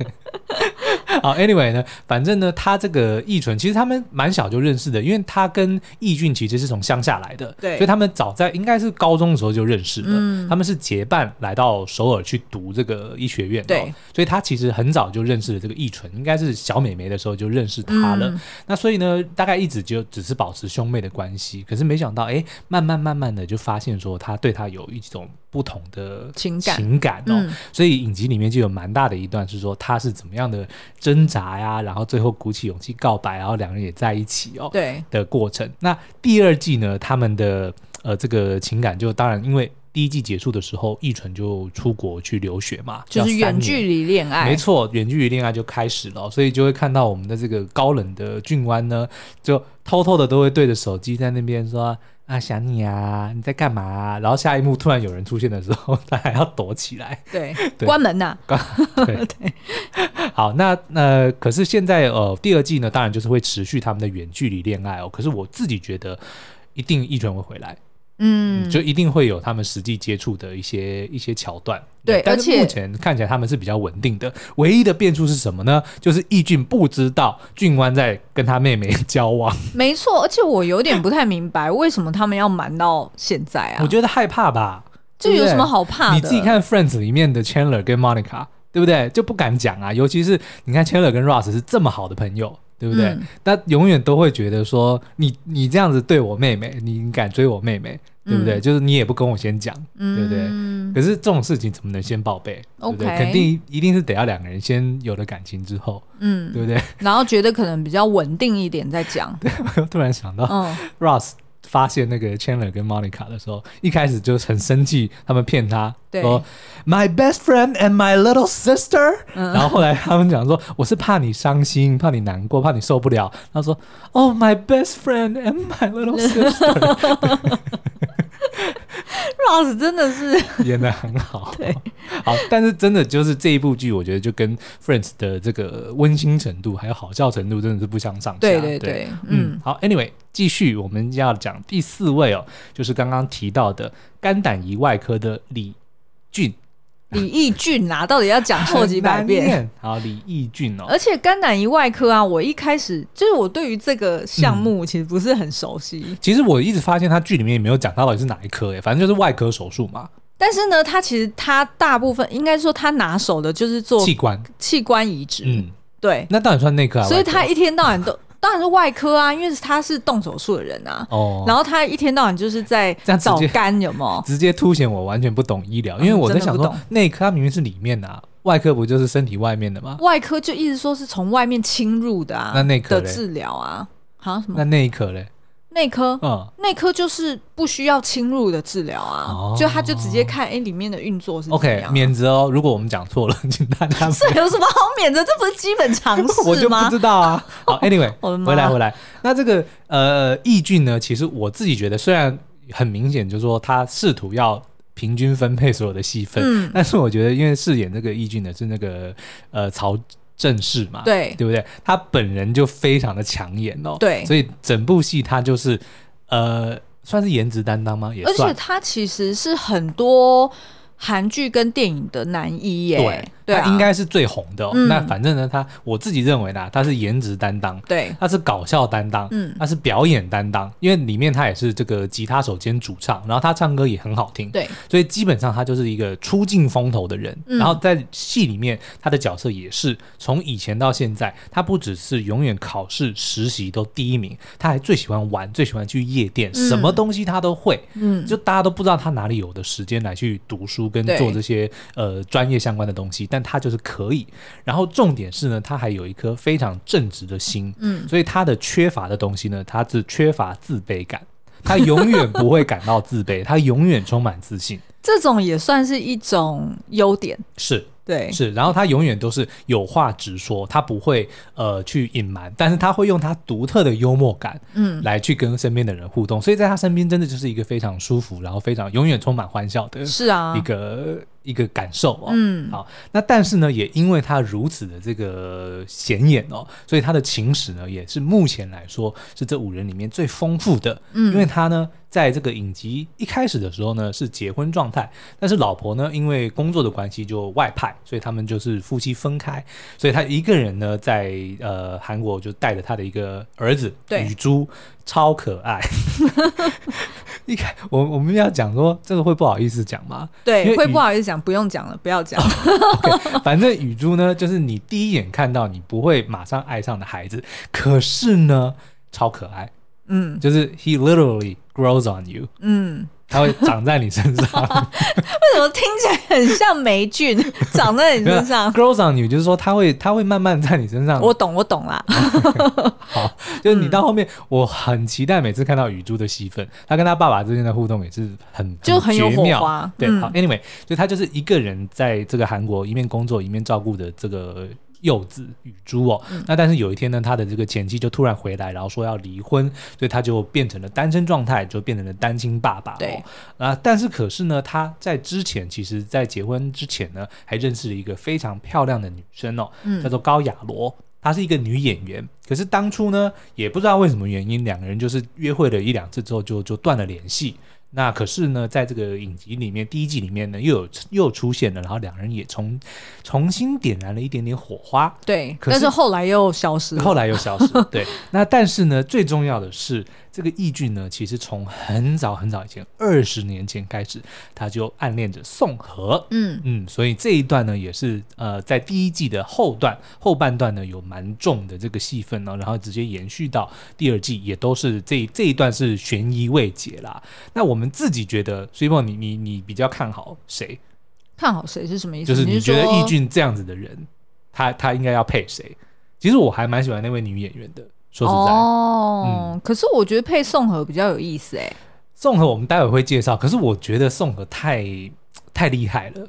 好，anyway 呢，反正呢，他这个易纯其实他们蛮小就认识的，因为他跟易俊其实是从乡下来的，对所以他们早在应该是高中的时候就认识了。嗯他们是结伴来到首尔去读这个医学院、哦，对，所以他其实很早就认识了这个易纯，应该是小美眉的时候就认识他了。嗯那所以呢，大概一直就只是保持兄妹的关系，可是没想到，哎，慢慢慢慢的就发现说他对他有一种不同的情感情感哦。嗯所以影集里面就有蛮大的一段是说他是怎么样的挣扎呀，然后最后鼓起勇气告白，然后两人也在一起哦对，的过程。那第二季呢，他们的呃这个情感就当然因为第一季结束的时候，易纯就出国去留学嘛，就要是三远年距离恋爱，没错，远距离恋爱就开始了哦，所以就会看到我们的这个高冷的俊湾呢，就偷偷的都会对着手机在那边说：“啊想你啊，你在干嘛啊、然后下一幕突然有人出现的时候， <laughs> 他还要躲起来。对，对关门呐、 <laughs> 对，好，那呃，可是现在呃，第二季呢，当然就是会持续他们的远距离恋爱哦。可是我自己觉得，一定一拳会回来，嗯，就一定会有他们实际接触的一些一些桥段。对但而是且目前看起来他们是比较稳定的。唯一的变数是什么呢？就是易俊不知道俊湾在跟他妹妹交往，没错。而且我有点不太明白，为什么他们要瞒到现在啊？我觉得害怕吧。这对不有对什么好怕的？你自己，看《Friends》里面的 Chandler 跟 Monica，对不对？就不敢讲啊，尤其是你看 Chandler 跟 Ross 是这么好的朋友，对不对嗯？那、永远都会觉得说，你你这样子对我妹妹，你敢追我妹妹，对不对？嗯就是你也不跟我先讲，对不对？嗯，可是这种事情怎么能先报备？对不对 OK 肯定一定是得要两个人先有了感情之后，嗯，对不对？ <laughs> 然后觉得可能比较稳定一点再讲，突然想到、嗯， Ross 发现那个 Chandler 跟 Monica 的时候，一开始就很生气，他们骗他对说 My best friend and my little sister，、嗯然后后来他们讲说我是怕你伤心，怕你难过，怕你受不了。他说 Oh my best friend and my little <laughs> sister， Ross 真的是，演的很好。对，好，但是真的就是这一部剧，我觉得就跟 Friends 的这个温馨程度还有好笑程度真的是不相上下。对对对对，嗯嗯，，好，Anyway，继续我们要讲第四位哦，就是刚刚提到的肝胆胰外科的李俊，李义俊啊，到底要讲错几百很嗯难遍？念。好，李义俊哦，而且肝胆胰外科啊，我一开始就是我对于这个项嗯目其实不是很熟悉，其实我一直发现他剧里面也没有讲到到底是哪一科，哎，反正就是外科手术嘛，但是呢，他其实他大部分应该说他拿手的就是做器官，器官移植，嗯，哦对，那当然算内科啊，所以外科他一天到晚都当然是外科啊，因为他是动手术的人啊，哦，然后他一天到晚就是在这样直找接肝，有没 <laughs> 有？直接凸显我完全不懂医疗，因为嗯我在真的想不说懂内科它明明是里面的啊，外科不就是身体外面的吗？外科就一直说是从外面侵入的啊，那内科的嘞治疗啊，好像什么那内科嘞，内科。嗯，内科就是不需要侵入的治疗啊，哦就他就直接看哎、诶里面的运作是怎么 OK，样啊、 <laughs> 免责哦，如果我们讲错了， <laughs> 请大家不这有什么好免的？这不是基本常 <laughs> 我就识不吗？知道 <laughs> 啊。好，Anyway，我的妈回来回来。那这个呃，易俊呢，其实我自己觉得，虽然很明显，就是说他试图要平均分配所有的戏份，嗯但是我觉得，因为饰演这个易俊的是那个呃曹正奭嘛，对对不对？他本人就非常的抢眼哦，对所以整部戏他就是呃，算是颜值担当吗？也而且算。他其实是很多韩剧跟电影的男一耶，对，对啊，他应该是最红的、哦。嗯那反正呢，他我自己认为啦，他是颜值担当，对，他是搞笑担当，嗯他是表演担当，因为里面他也是这个吉他手兼主唱，然后他唱歌也很好听，对，所以基本上他就是一个出尽风头的人。嗯然后在戏里面，他的角色也是从以前到现在，他不只是永远考试、实习都第一名，他还最喜欢玩，最喜欢去夜店，嗯什么东西他都会。嗯，就大家都不知道他哪里有的时间来去读书跟对做这些呃专业相关的东西，但他就是可以。然后重点是呢，他还有一颗非常正直的心，嗯，所以他的缺乏的东西呢，他是缺乏自卑感。他永远不会感到自 <laughs> 卑，他永远充满自信。这种也算是一种优点，是对，是，然后他永远都是有话直说，他不会呃去隐瞒，但是他会用他独特的幽默感，嗯，来去跟身边的人互动。所以在他身边真的就是一个非常舒服，然后非常永远充满欢笑的是啊一，个一个感受哦。嗯好，那但是呢，也因为他如此的这个显眼哦，所以他的情史呢，也是目前来说是这五人里面最丰富的。嗯因为他呢，在这个影集一开始的时候呢，是结婚状态，但是老婆呢，因为工作的关系就外派，所以他们就是夫妻分开，所以他一个人呢，在呃韩国就带着他的一个儿子对雨珠，超可爱。 <laughs> 一开我我们要讲说这个会不好意思讲吗？因为哦对，会雨不好意思讲，不用讲了，不要讲， OK，反正雨珠呢，就是你第一眼看到你不会马上爱上的孩子，可是呢，超可爱，嗯就是 he literally grows on you， <laughs> 嗯，他会长在你身上。为什么听起来很像霉菌 <laughs> 长在 <laughs> 你身上？ grows on you 就是说他会他会慢慢在你身上。我懂，我懂啦，好，就是你到后面，我很期待每次看到雨珠的戏份，他跟他爸爸之间的互动也是很就很有绝火妙花对，嗯好，anyway，所以他就是一个人在这个韩国一面工作一面照顾的这个柚子雨珠哦。那但是有一天呢，他的这个前妻就突然回来，然后说要离婚，所以他就变成了单身状态，就变成了单亲爸爸哦对。啊，但是可是呢，他在之前，其实在结婚之前呢，还认识了一个非常漂亮的女生哦，叫做高雅罗。她是一个女演员，可是当初呢，也不知道为什么原因，两个人就是约会了一两次之后就就断了联系。那可是呢，在这个影集里面，第一季里面呢，又有又出现了，然后两人也重重新点燃了一点点火花。对，可是但是后来又消失了。后来又消 <laughs> 失。对，那但是呢，最重要的是，这个易俊呢，其实从很早很早以前，二十年前开始，他就暗恋着宋和。嗯，嗯，所以这一段呢，也是呃，在第一季的后段后半段呢，有蛮重的这个戏份哦，然后直接延续到第二季，也都是这这一段是悬疑未解啦。那我们自己觉得，所以梦，你你你比较看好谁？看好谁是什么意就思？是你觉得说易俊这样子的人，他他应该要配谁？其实我还蛮喜欢那位女演员的，说实在，嗯哦、可是我觉得配宋和比较有意思哎、宋和我们待会会介绍，可是我觉得宋和太太厉害了，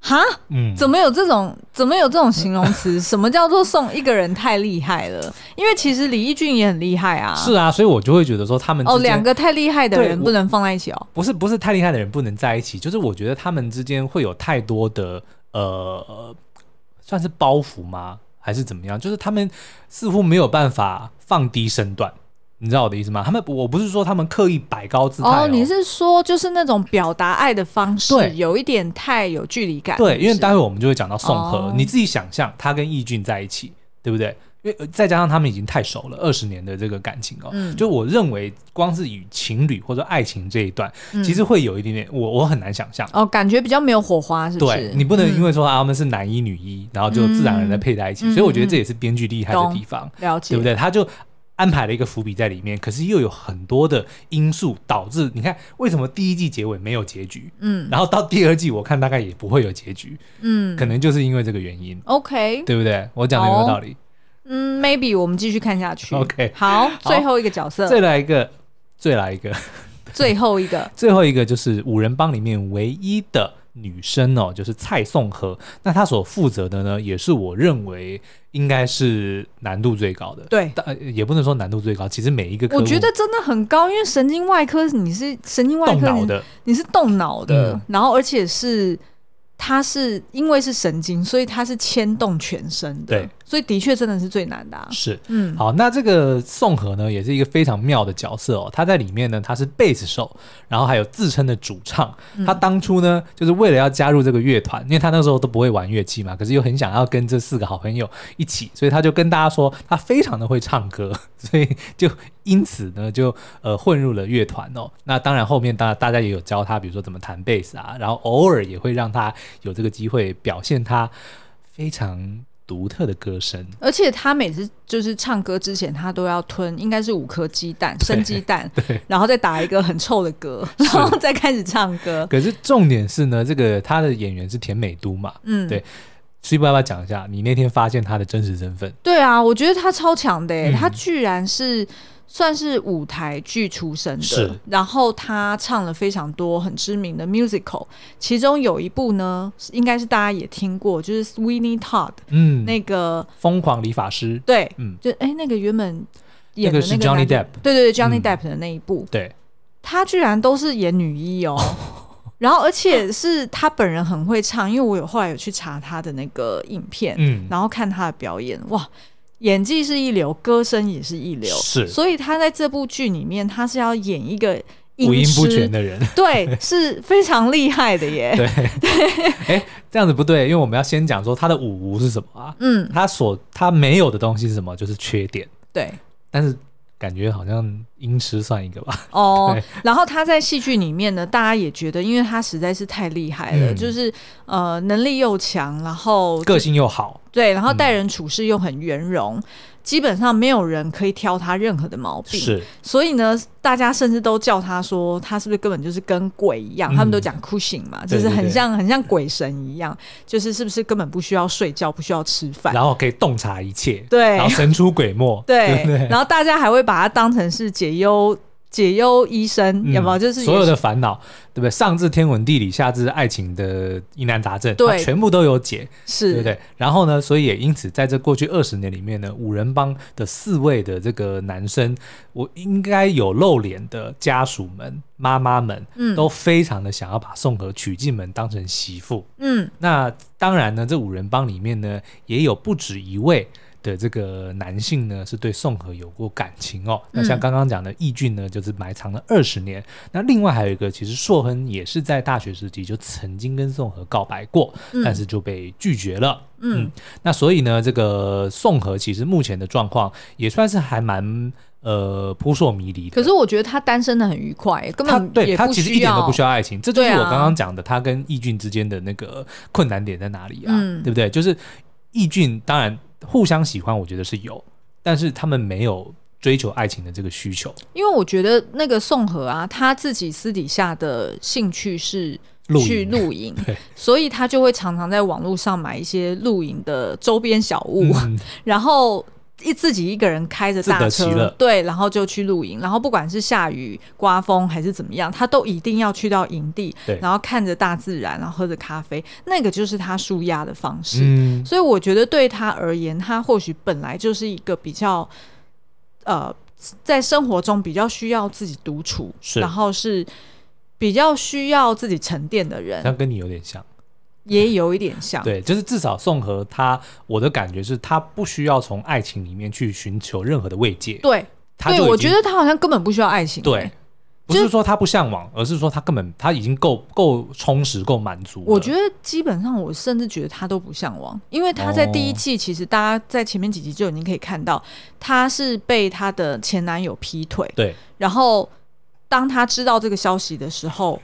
哈，嗯，怎么有这种怎么有这种形容词？ <laughs> 什么叫做宋一个人太厉害了？因为其实李易俊也很厉害啊。是啊，所以我就会觉得说他们哦，之间两个太厉害的对人我不能放在一起哦。不是不是太厉害的人不能在一起，就是我觉得他们之间会有太多的呃，算是包袱吗？还是怎么样？就是他们似乎没有办法放低身段，你知道我的意思吗？他们我不是说他们刻意摆高姿态、哦，你是说就是那种表达爱的方式对有一点太有距离感？对，因为是不是待会我们就会讲到宋和，哦你自己想象他跟易俊在一起，对不对？因为呃再加上他们已经太熟了，二十年的这个感情哦，嗯就我认为光是以情侣或者爱情这一段，嗯其实会有一点点，我我很难想象。哦，感觉比较没有火花，是不是对？你不能因为、为说、啊他们是男一女一，然后就自然而然地配在一起，嗯嗯所以我觉得这也是编剧厉害的懂地方，了解，对不？对？他就安排了一个伏笔在里面，可是又有很多的因素导致，你看为什么第一季结尾没有结局，嗯然后到第二季我看大概也不会有结局，嗯可能就是因为这个原因。 ，OK，对不对？我讲的有没有道理？嗯，maybe 我们继续看下去。 OK 好，最后一个角色，再来一个，最来一个，最后一个，最后一个就是五人帮里面唯一的女生哦，就是蔡颂和。那她所负责的呢，也是我认为应该是难度最高的。对但呃也不能说难度最高，其实每一个科我觉目得真的很高，因为神经外科你是神经外动科，脑你的，你是动脑的，嗯然后而且是它是因为是神经，所以它是牵动全身的，对，所以的确真的是最难的、啊。是。嗯，好，那这个宋和呢，也是一个非常妙的角色哦。他在里面呢，他是贝斯手，然后还有自称的主唱。他当初呢，就是为了要加入这个乐团，因为他那时候都不会玩乐器嘛，可是又很想要跟这四个好朋友一起，所以他就跟大家说他非常的会唱歌， <laughs> 所以就因此呢，就呃混入了乐团哦。那当然后面大大家也有教他，比如说怎么弹贝斯啊，然后偶尔也会让他有这个机会表现他非常独特的歌声。而且他每次就是唱歌之前，他都要吞，应该是五颗鸡蛋，生鸡蛋，然后再打一个很臭的嗝，然后再开始唱歌。可是重点是呢，这个他的演员是田美都嘛，嗯，对所以爸爸讲一下，你那天发现他的真实身份，对啊，我觉得他超强的、欸，嗯他居然是算是舞台剧出身是的，然后他唱了非常多很知名的 musical，其中有一部呢，是应该是大家也听过，就是 Sweeney Todd、嗯，那个，疯狂理发师，对，嗯就哎、那个原本演的那个是那个 Johnny 男 Depp 对对对，Johnny 嗯 Depp 的那一部，对，他居然都是演女一哦。 <laughs> 然后，而且是他本人很会唱，因为我有后来有去查他的那个影片，嗯，然后看他的表演，哇，演技是一流，歌声也是一流，是所以他在这部剧里面，他是要演一个五音不师全，的人， <laughs> 对，是非常厉害的耶。对，哎，这样子不对，因为我们要先讲说他的五无是什么啊？嗯，他所他没有的东西是什么？就是缺点，对，但是感觉好像音痴算一个 <laughs> 吧，哦对，然后他在戏剧里面呢，大家也觉得，因为他实在是太厉害了，嗯就是呃，能力又强，然后个性又好，对，然后嗯待人处事又很圆融，基本上没有人可以挑他任何的毛病。是所以呢，大家甚至都叫他说，他是不是根本就是跟鬼一样？嗯他们都讲 Cushing 嘛，对就是对很对像很像鬼神一样，就是是不是根本不需要睡觉，不需要吃饭？然后可以洞察一切，对然后神出鬼没， <laughs> 对对不对然后大家还会把他当成是解忧解忧医生，嗯有没有？就是所有也的是烦恼，对不对？上至天文地理，下至爱情的疑难杂症，对它全部都有解，是对不对？然后呢，所以也因此，在这过去二十年里面呢，五人帮的四位的这个男生，我应该有露脸的家属们、妈妈们，嗯都非常的想要把宋和娶进门当成媳妇。嗯那当然呢，这五人帮里面呢，也有不止一位的这个男性呢，是对宋和有过感情哦。那像刚刚讲的义俊呢，就是埋藏了二十年。那另外还有一个，其实硕亨也是在大学时期就曾经跟宋和告白过，但是就被拒绝了。嗯那所以呢，这个宋和其实目前的状况也算是还蛮呃扑朔迷离的。可是我觉得他单身的很愉快，根他本对也他不其实需一点都要不需要爱情，这就是对啊我刚刚讲的，他跟易俊之间的那个困难点在哪里啊？嗯对不对？就是易俊当然互相喜欢，我觉得是有，但是他们没有追求爱情的这个需求。因为我觉得那个宋和啊，他自己私底下的兴趣是露营去露营 <laughs> 对，所以他就会常常在网络上买一些露营的周边小 <laughs> 物，嗯然后。一自己一个人开着自大得其乐车，对，然后就去露营，然后不管是下雨、刮风还是怎么样，他都一定要去到营地对，然后看着大自然，然后喝着咖啡，那个就是他舒压的方式。嗯，所以我觉得对他而言，他或许本来就是一个比较呃，在生活中比较需要自己独处，是然后是比较需要自己沉淀的那人，跟你有点像。也有一点像。对，就是至少宋和他，我的感觉是他不需要从爱情里面去寻求任何的慰藉，对他对，就我已经觉得他好像根本不需要爱情、对欸。。不是说他不向往，而是说他根本他已经够够充实、够满足了。我觉得基本上，我甚至觉得他都不向往，因为他在第一哦季，其实大家在前面几集就已经可以看到，他是被他的前男友劈腿，对，然后当他知道这个消息的时候，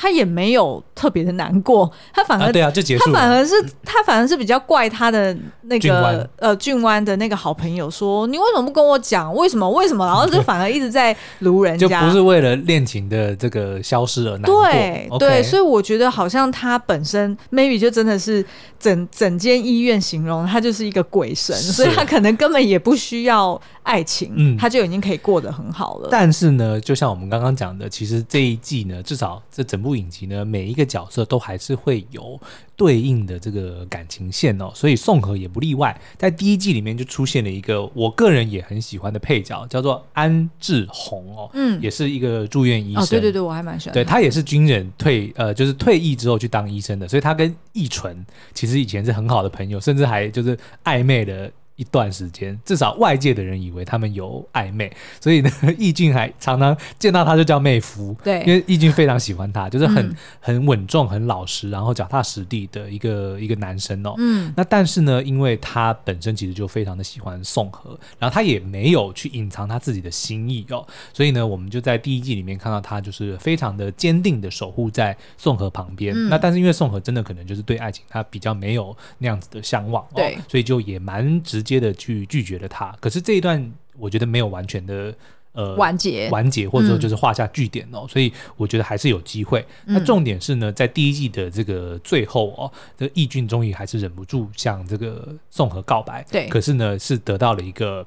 他也没有特别的难过，他反而、啊对啊，就结束他了。反而是他反而是比较怪他的那俊个湾呃俊湾的那个好朋友说你为什么不跟我讲为什么为什么，然后就反而一直在撸人就家，不是为了恋情的这个消失而难过。对 o k 对，所以我觉得好像他本身 maybe 就真的是整整间医院形容他就是一个鬼神，是所以他可能根本也不需要爱情，嗯他就已经可以过得很好了。但是呢，就像我们刚刚讲的，其实这一季呢，至少这整部影集呢，每一个角色都还是会有对应的这个感情线哦，所以宋和也不例外。在第一季里面就出现了一个我个人也很喜欢的配角，叫做安志宏哦，嗯也是一个住院医生。哦，对对对，我还蛮喜欢对他他也是军人退呃，就是退役之后去当医生的，所以他跟义纯其实以前是很好的朋友，甚至还就是暧昧了一段时间，至少外界的人以为他们有暧昧，所以呢，义俊还常常见到他就叫妹夫，对因为义俊非常喜欢他，就是很、 <laughs> 嗯很稳重、很老实，然后脚踏实地的一个一个男生哦。嗯，那但是呢，因为他本身其实就非常的喜欢宋和，然后他也没有去隐藏他自己的心意哦，所以呢，我们就在第一季里面看到他就是非常的坚定的守护在宋和旁边。嗯那但是因为宋和真的可能就是对爱情他比较没有那样子的向往、哦，对所以就也蛮直接的去拒绝了他。可是这一段我觉得没有完全的呃完结嗯完结，或者说就是画下句点哦，所以我觉得还是有机会。那重点是呢，在第一季的这个最后哦，这个义俊终于还是忍不住向这个宋和告白，对可是呢是得到了一个。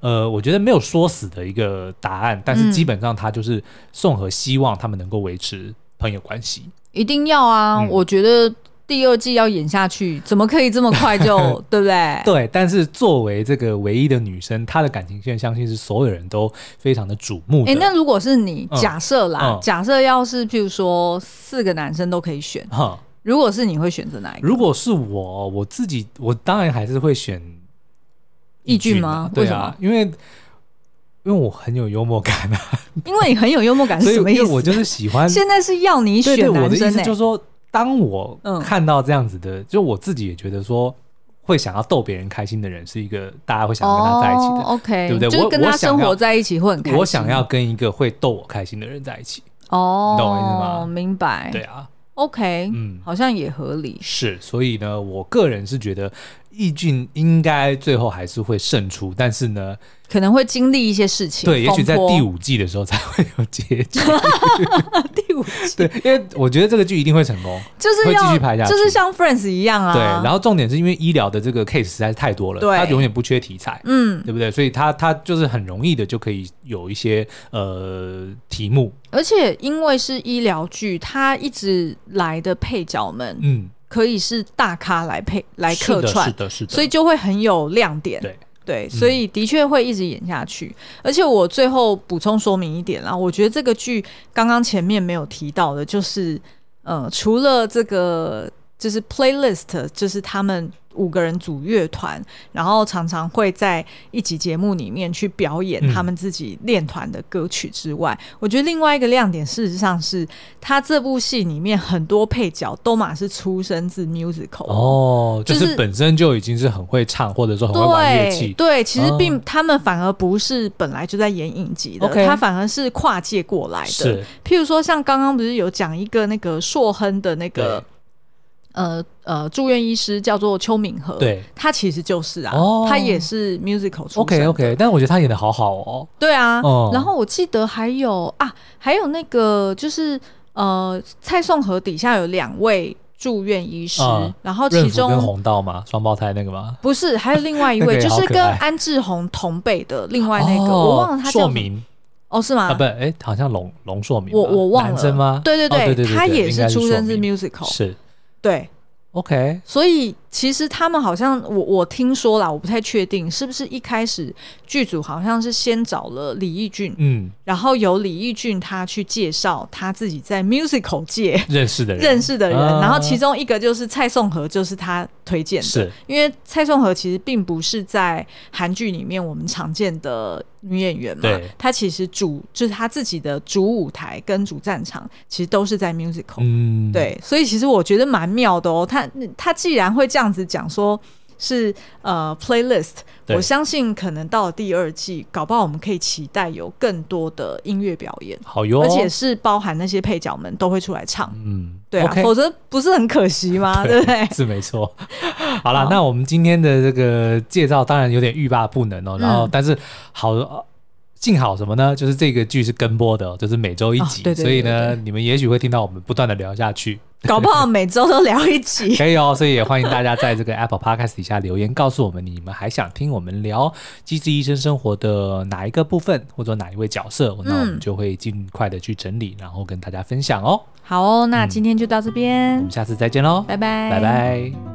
呃，我觉得没有说死的一个答案，但是嗯基本上他就是宋和希望他们能够维持朋友关系，一定要啊！嗯我觉得第二季要演下去，怎么可以这么 <laughs> 快就对不对？对，但是作为这个唯一的女生，她的感情线相信是所有人都非常的瞩目的。哎、那如果是你嗯假设啦，嗯假设要是譬如说四个男生都可以选，哈，如果是你会选择哪一个？如果是我，我自己，我当然还是会选易俊嘛吗对为什啊么，因为因为我很有幽默感啊，因为你很有幽默感，所以是什因么意为思？我就是喜欢。 <laughs> 现在是要你对对，选我男的意生欸呢、思就是说，当我嗯看到这样子的，就我自己也觉得说，会想要逗别人开心的人，是一个大家会想要跟他在一起的。哦、，OK，对不对就是我跟他我想生活要在一起会很开心。我想要跟一个会逗我开心的人在一起。哦，你懂我意思吗明白。对啊， ，OK，嗯，好像也合理。是，所以呢，我个人是觉得易俊应该最后还是会胜出，但是呢，可能会经历一些事情。对，也许在第五五季的时候才会有结局。 <laughs> 第五对，因为我觉得这个剧一定会成功。就是会继要续拍下去就是像 Friends 一样啊。对，然后重点是因为医疗的这个 case 实在是太多了，对它永远不缺题材，嗯，对不对？所以它它就是很容易的就可以有一些呃题目，而且因为是医疗剧，它一直来的配角们嗯，可以是大咖来配来是客的，串是，的，是的，所以就会很有亮点。对对所以的确会一直演下去。而且我最后补充说明一点啦，我觉得这个剧刚刚前面没有提到的，就是呃，除了这个就是 playlist，就是他们。五个人组乐团，然后常常会在一集节目里面去表演嗯他们自己练团的歌曲之外，我觉得另外一个亮点，事实上是他这部戏里面很多配角都嘛是出身自 musical 哦，就就是是本身就已经是很会唱，或者说很会哦玩乐对器，对，其实哦并、他们反而不是本来就在演影集的 OK 他反而是跨界过来的。是譬如说，像刚刚不是有讲一个那个硕亨的那个呃呃住院医师叫做邱敏和，，对他其实就是啊，哦他也是 musical 出身，OK OK，但是我觉得他演的好好哦，对啊。哦然后我记得还有啊，还有那个就是呃蔡颂和底下有两位住院医师，嗯然后润哦其福中跟红道嘛，双胞胎那个嘛，不是，还有另外一那位，个也就好是可跟爱安志宏同辈的另外那个，哦我忘了他叫硕什么明哦，是吗？啊，不，哎，好像龙龙硕明吧，我我忘了，男生吗？对对哦对对对他也应该是出身硕是明 musical，是对， OK，所以其实他们好像我我听说啦，我不太确定是不是一开始剧组好像是先找了李义俊，嗯，然后由李义俊他去介绍他自己在 musical 界认识的人，认识的人，啊然后其中一个就是蔡颂和，就是他推荐的，是因为蔡颂和其实并不是在韩剧里面我们常见的女演员嘛对，她其实主就是她自己的主舞台跟主战场其实都是在 musical，、嗯，对，所以其实我觉得蛮妙的哦。她她既然会这样子讲说。是呃，playlist，对我相信可能到了第二季，搞不好我们可以期待有更多的音乐表演，好哟，而且是包含那些配角们都会出来唱，嗯，对啊 OK 否则不是很可 <laughs> 惜吗？对不对？是没错。好啦，那我们今天的这个介绍当然有点欲罢不能哦，然后嗯但是好。呃幸好什么呢？就是这个剧是跟播的、哦，就是每周一哦集，对对对所以对呢，对你们也许会听到我们不断的聊下 <laughs> 去，搞不好每周都聊一集。可以哦。所以也欢迎大家在这个 Apple Podcast 底下留言，告诉我们你们还想听我们聊《机智医生生活》的哪一个部分，或者哪一位角色，那我们嗯就会尽快的去整理，然后跟大家分享哦。好哦，那今天就到这边我们，下次再见喽，拜拜，拜拜